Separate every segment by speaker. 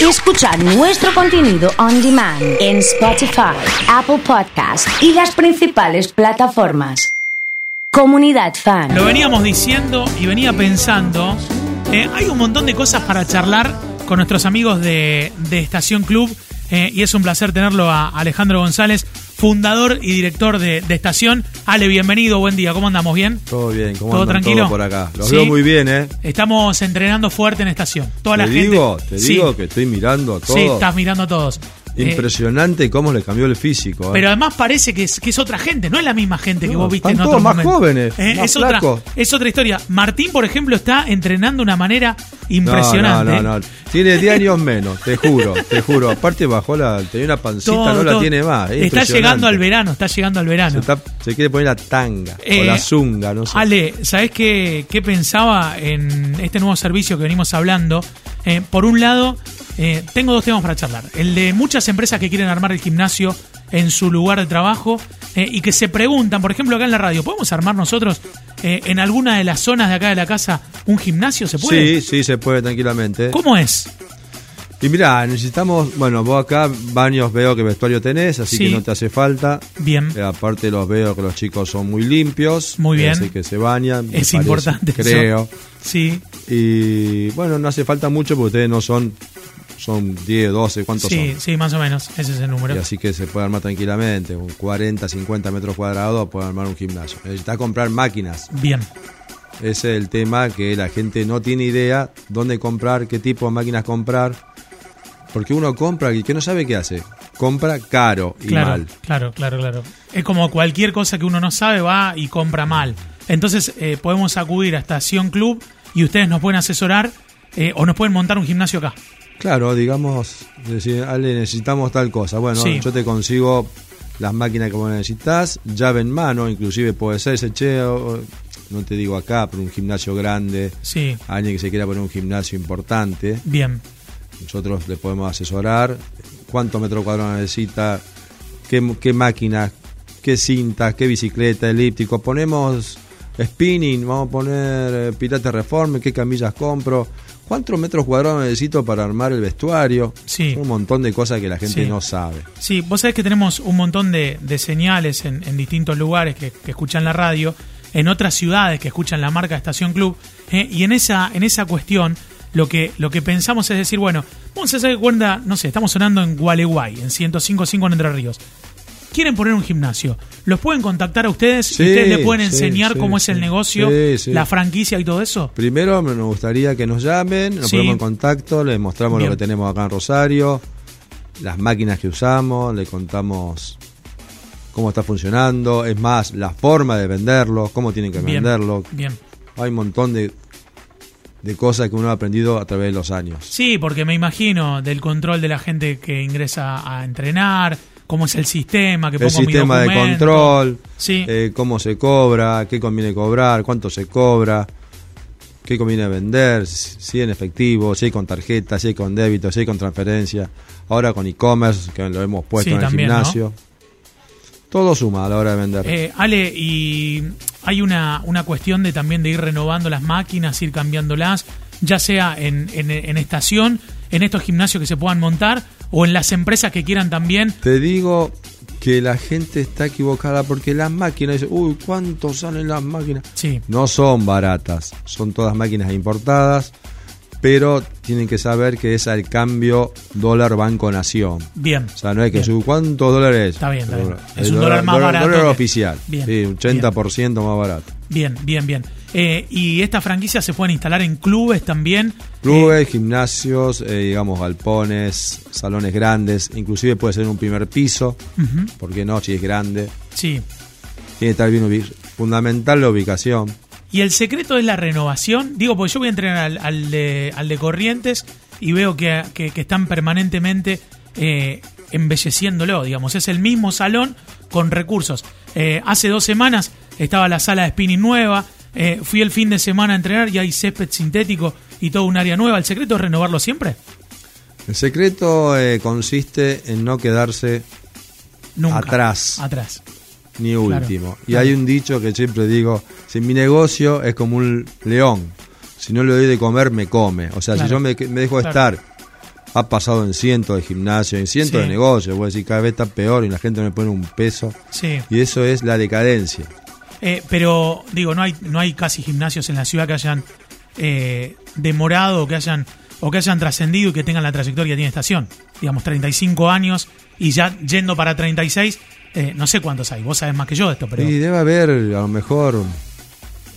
Speaker 1: y escuchar nuestro contenido on demand en Spotify, Apple Podcast y las principales plataformas. Comunidad Fan.
Speaker 2: Lo veníamos diciendo y venía pensando. eh, hay un montón de cosas para charlar con nuestros amigos de, de Estación Club. eh, y es un placer tenerlo a Alejandro González, fundador y director de, de Estación. Ale, bienvenido, buen día. ¿Cómo andamos? ¿Bien?
Speaker 3: Todo bien, ¿cómo
Speaker 2: ¿Todo
Speaker 3: andan
Speaker 2: tranquilo?
Speaker 3: todos por acá? Los
Speaker 2: Sí.
Speaker 3: veo muy bien, ¿eh?
Speaker 2: Estamos entrenando fuerte en Estación. Toda la
Speaker 3: te
Speaker 2: gente.
Speaker 3: digo, te
Speaker 2: Sí,
Speaker 3: digo que estoy mirando a todo.
Speaker 2: Sí, estás mirando a todos. Eh,
Speaker 3: Impresionante cómo le cambió el físico. ¿eh?
Speaker 2: Pero además parece que es, que es otra gente, no es la misma gente que
Speaker 3: No,
Speaker 2: vos viste en
Speaker 3: están
Speaker 2: otros
Speaker 3: todos más
Speaker 2: momentos. Eh,
Speaker 3: jóvenes, más
Speaker 2: es, otra,
Speaker 3: flacos.
Speaker 2: es otra historia. Martín, por ejemplo, está entrenando de una manera
Speaker 3: No,
Speaker 2: impresionante.
Speaker 3: No, no, no. Tiene 10 años menos, te juro, te juro. Aparte bajó la, tenía una pancita,
Speaker 2: Todo,
Speaker 3: no la
Speaker 2: todo.
Speaker 3: tiene más. es
Speaker 2: Está llegando
Speaker 3: impresionante.
Speaker 2: al verano, está llegando al verano.
Speaker 3: Se, está- se quiere poner la tanga
Speaker 2: Eh,
Speaker 3: o la zunga, no sé.
Speaker 2: Ale, ¿sabés qué, qué pensaba en este nuevo servicio que venimos hablando? Eh, por un lado, eh, tengo dos temas para charlar. El de muchas empresas que quieren armar el gimnasio en su lugar de trabajo eh, y que se preguntan, por ejemplo, acá en la radio, ¿podemos armar nosotros eh, en alguna de las zonas de acá de la casa un gimnasio? ¿Se puede?
Speaker 3: Sí, sí, se puede tranquilamente.
Speaker 2: ¿Cómo es?
Speaker 3: Y mirá, necesitamos, bueno, vos acá baños veo que vestuario tenés, así
Speaker 2: Sí.
Speaker 3: que no te hace falta.
Speaker 2: Bien.
Speaker 3: Eh, aparte los veo que los chicos son muy limpios. eh,
Speaker 2: Muy bien.
Speaker 3: Así que se bañan. me
Speaker 2: Es
Speaker 3: parece,
Speaker 2: importante. eso.
Speaker 3: Creo.
Speaker 2: Sí.
Speaker 3: Y bueno, no hace falta mucho porque ustedes no son, son 10, 12, ¿cuántos
Speaker 2: Sí,
Speaker 3: son?
Speaker 2: sí, más o menos. Ese es el número.
Speaker 3: Y así que se puede armar tranquilamente, un 40, 50 metros cuadrados, puede armar un gimnasio. Necesitas comprar máquinas.
Speaker 2: Bien.
Speaker 3: Ese es el tema que la gente no tiene idea dónde comprar, qué tipo de máquinas comprar. Porque uno compra y que no sabe qué hace. Compra caro y
Speaker 2: Claro,
Speaker 3: mal.
Speaker 2: claro, claro, claro. Es como cualquier cosa que uno no sabe, va y compra mal. Entonces eh, podemos acudir a Estación Club y ustedes nos pueden asesorar eh, o nos pueden montar un gimnasio acá.
Speaker 3: Claro, digamos, decir, Ale, necesitamos tal cosa. Bueno,
Speaker 2: Sí.
Speaker 3: yo te consigo las máquinas que vos necesitas, llave en mano, inclusive puede ser ese che, o- no te digo acá, pero un gimnasio grande,
Speaker 2: Sí,
Speaker 3: alguien que se quiera poner un gimnasio importante,
Speaker 2: bien,
Speaker 3: nosotros le podemos asesorar cuántos metros cuadrados necesita, qué, qué máquinas, qué cintas, qué bicicleta, elíptico, ponemos spinning, vamos a poner eh, pilate reforme, qué camillas compro, cuántos metros cuadrados necesito para armar el vestuario,
Speaker 2: Sí.
Speaker 3: Son un montón de cosas que la gente
Speaker 2: Sí.
Speaker 3: no sabe.
Speaker 2: Sí, vos sabés que tenemos un montón de, de señales en, en distintos lugares que, que escuchan la radio, en otras ciudades que escuchan la marca Estación Club, eh, y en esa, en esa cuestión lo que, lo que pensamos es decir, bueno, vamos a hacer cuenta, no sé, estamos sonando en Gualeguay, en 105.5 en Entre Ríos. Quieren poner un gimnasio, los pueden contactar a ustedes, y
Speaker 3: Sí,
Speaker 2: ustedes le pueden
Speaker 3: sí,
Speaker 2: enseñar
Speaker 3: sí,
Speaker 2: cómo es
Speaker 3: sí.
Speaker 2: el negocio,
Speaker 3: Sí, sí.
Speaker 2: la franquicia y todo eso.
Speaker 3: Primero me- nos gustaría que nos llamen, nos
Speaker 2: Sí.
Speaker 3: ponemos en contacto, les mostramos
Speaker 2: Bien.
Speaker 3: lo que tenemos acá en Rosario, las máquinas que usamos, le contamos cómo está funcionando, es más, la forma de venderlo, cómo tienen que
Speaker 2: Bien,
Speaker 3: venderlo.
Speaker 2: bien.
Speaker 3: Hay un montón de, de cosas que uno ha aprendido a través de los años.
Speaker 2: Sí, porque me imagino del control de la gente que ingresa a entrenar, cómo es el sistema, que
Speaker 3: El
Speaker 2: pongo mi
Speaker 3: sistema de
Speaker 2: documento.
Speaker 3: control,
Speaker 2: Sí,
Speaker 3: eh, cómo se cobra, qué conviene cobrar, cuánto se cobra, qué conviene vender, si si en efectivo, si hay con tarjeta, si hay con débito, si hay con transferencia. Ahora con e-commerce, que lo hemos puesto
Speaker 2: Sí,
Speaker 3: en el
Speaker 2: también, ¿no?
Speaker 3: gimnasio. Todo suma a la hora de vender.
Speaker 2: Eh, Ale, y hay una, una cuestión de también de ir renovando las máquinas, ir cambiándolas, ya sea en, en- en estación, en estos gimnasios que se puedan montar o en las empresas que quieran también.
Speaker 3: Te digo que la gente está equivocada porque las máquinas, dicen, uy, ¿cuánto salen las máquinas?
Speaker 2: Sí,
Speaker 3: No son baratas, son todas máquinas importadas, pero tienen que saber que es al cambio dólar-banco nación.
Speaker 2: bien.
Speaker 3: O sea, no hay que
Speaker 2: Bien.
Speaker 3: subir. ¿Cuántos dólares?
Speaker 2: Está bien, está bien.
Speaker 3: El
Speaker 2: Es un dólar más barato
Speaker 3: dólar
Speaker 2: que-
Speaker 3: oficial.
Speaker 2: Bien,
Speaker 3: Sí, un 80% más barato.
Speaker 2: Bien, bien, bien. Eh, y estas franquicias se pueden instalar en clubes también. Eh,
Speaker 3: Clubes, gimnasios, eh, digamos, galpones, salones grandes. Inclusive puede ser un primer piso.
Speaker 2: ujú,
Speaker 3: ¿Por qué no? Si es grande.
Speaker 2: sí.
Speaker 3: Tiene que estar bien ubi- Fundamental la ubicación.
Speaker 2: Y el secreto es la renovación. Digo, porque yo voy a entrenar al, al de, al de Corrientes y veo que, que- que están permanentemente eh, embelleciéndolo, digamos. Es el mismo salón con recursos. Eh, hace dos semanas estaba la sala de spinning nueva. eh, fui el fin de semana a entrenar y hay césped sintético y todo un área nueva. ¿El secreto es renovarlo siempre?
Speaker 3: El secreto eh, consiste en no quedarse
Speaker 2: Nunca.
Speaker 3: Atrás.
Speaker 2: Atrás.
Speaker 3: ni
Speaker 2: Claro,
Speaker 3: último. Y
Speaker 2: claro.
Speaker 3: hay un dicho que siempre digo, si mi negocio es como un león, si no le doy de comer, me come. O sea,
Speaker 2: Claro.
Speaker 3: si yo me, me dejo
Speaker 2: Claro.
Speaker 3: estar ha pasado en cientos de gimnasios, en cientos
Speaker 2: Sí.
Speaker 3: de negocios. Voy a decir, cada vez está peor y la gente no le pone un peso.
Speaker 2: Sí.
Speaker 3: Y eso es la decadencia.
Speaker 2: Eh, pero digo, no hay, no hay casi gimnasios en la ciudad que hayan eh, demorado, que hayan o que hayan trascendido y que tengan la trayectoria que tiene estación. Digamos, 35 años y ya yendo para 36, eh, no sé cuántos hay. Vos sabés más que yo de esto, pero...
Speaker 3: Y debe haber, a lo mejor,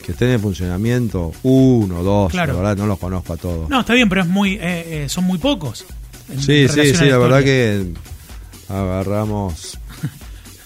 Speaker 3: que estén en funcionamiento uno, dos.
Speaker 2: Claro.
Speaker 3: La verdad, no los conozco a todos.
Speaker 2: No, está bien, pero es muy, eh, eh, son muy pocos. en
Speaker 3: Sí, sí,
Speaker 2: relación a
Speaker 3: sí, la verdad
Speaker 2: historia.
Speaker 3: que agarramos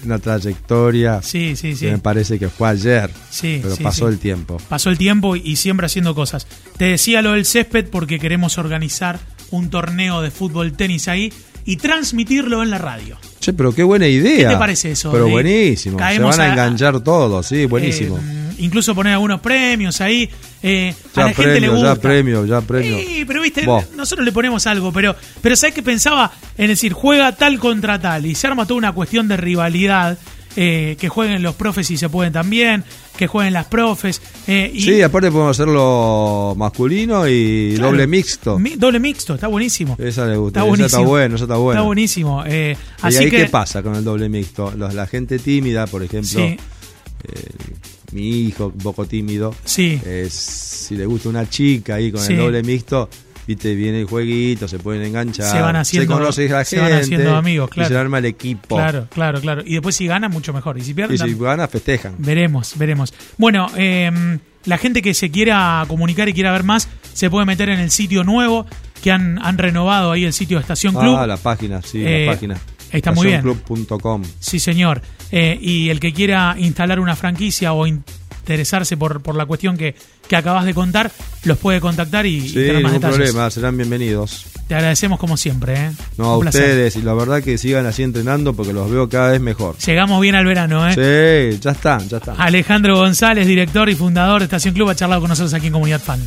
Speaker 3: una trayectoria
Speaker 2: Sí, sí, sí.
Speaker 3: que me parece que fue ayer,
Speaker 2: Sí,
Speaker 3: pero
Speaker 2: sí,
Speaker 3: pasó
Speaker 2: sí.
Speaker 3: el tiempo.
Speaker 2: Pasó el tiempo y, y siempre haciendo cosas. Te decía lo del césped porque queremos organizar un torneo de fútbol tenis ahí y transmitirlo en la radio.
Speaker 3: Che, pero qué buena idea.
Speaker 2: ¿Qué te parece eso,
Speaker 3: Pero
Speaker 2: Dave?
Speaker 3: buenísimo,
Speaker 2: Caemos
Speaker 3: se van
Speaker 2: a-
Speaker 3: a, enganchar todos, sí, buenísimo.
Speaker 2: Eh, incluso poner algunos premios ahí. eh, a
Speaker 3: ya
Speaker 2: la gente le
Speaker 3: premio,
Speaker 2: gusta.
Speaker 3: ya premio, ya premio.
Speaker 2: Sí, pero viste,
Speaker 3: Vos.
Speaker 2: nosotros le ponemos algo, pero, pero ¿sabes qué pensaba? En decir, juega tal contra tal y se arma toda una cuestión de rivalidad. eh, que jueguen los profes si se pueden también, que jueguen las profes. eh, y,
Speaker 3: Sí, aparte podemos hacerlo masculino y
Speaker 2: claro,
Speaker 3: doble mixto.
Speaker 2: mi- doble mixto, está buenísimo.
Speaker 3: Esa le gusta,
Speaker 2: Está
Speaker 3: esa está
Speaker 2: buenísimo.
Speaker 3: bueno, esa está bueno.
Speaker 2: Está buenísimo. eh, así
Speaker 3: ¿Y ahí
Speaker 2: que,
Speaker 3: qué pasa con el doble mixto? Los- la gente tímida, por ejemplo,
Speaker 2: Sí.
Speaker 3: eh, mi hijo, un poco tímido,
Speaker 2: Sí.
Speaker 3: eh, si le gusta una chica ahí con
Speaker 2: Sí.
Speaker 3: el doble mixto, viste, viene el jueguito, se pueden enganchar,
Speaker 2: Se van haciendo-
Speaker 3: se conoce la
Speaker 2: se
Speaker 3: gente,
Speaker 2: van haciendo amigos, claro.
Speaker 3: y se arma el equipo.
Speaker 2: Claro, claro, claro. Y después si gana, mucho mejor. Y si pierde,
Speaker 3: Y si gana, festejan.
Speaker 2: Veremos, veremos. Bueno, eh, la gente que se quiera comunicar y quiera ver más se puede meter en el sitio nuevo que han, han renovado ahí el sitio de Estación Club.
Speaker 3: Ah, la página, sí,
Speaker 2: Eh,
Speaker 3: la página.
Speaker 2: está muy bien.
Speaker 3: Estacionclub.com.
Speaker 2: Sí, señor. Eh, y el que quiera instalar una franquicia o interesarse por, por la cuestión que, que acabas de contar, los puede contactar y, y
Speaker 3: Sí,
Speaker 2: tener más
Speaker 3: ningún
Speaker 2: detalles.
Speaker 3: problema, serán bienvenidos.
Speaker 2: Te agradecemos como siempre. ¿eh?
Speaker 3: No, a
Speaker 2: Un placer.
Speaker 3: ustedes, y la verdad que sigan así entrenando porque los veo cada vez mejor.
Speaker 2: Llegamos bien al verano. ¿eh?
Speaker 3: Sí, ya están, ya están.
Speaker 2: Alejandro González, director y fundador de Estación Club, ha charlado con nosotros aquí en Comunidad Fan.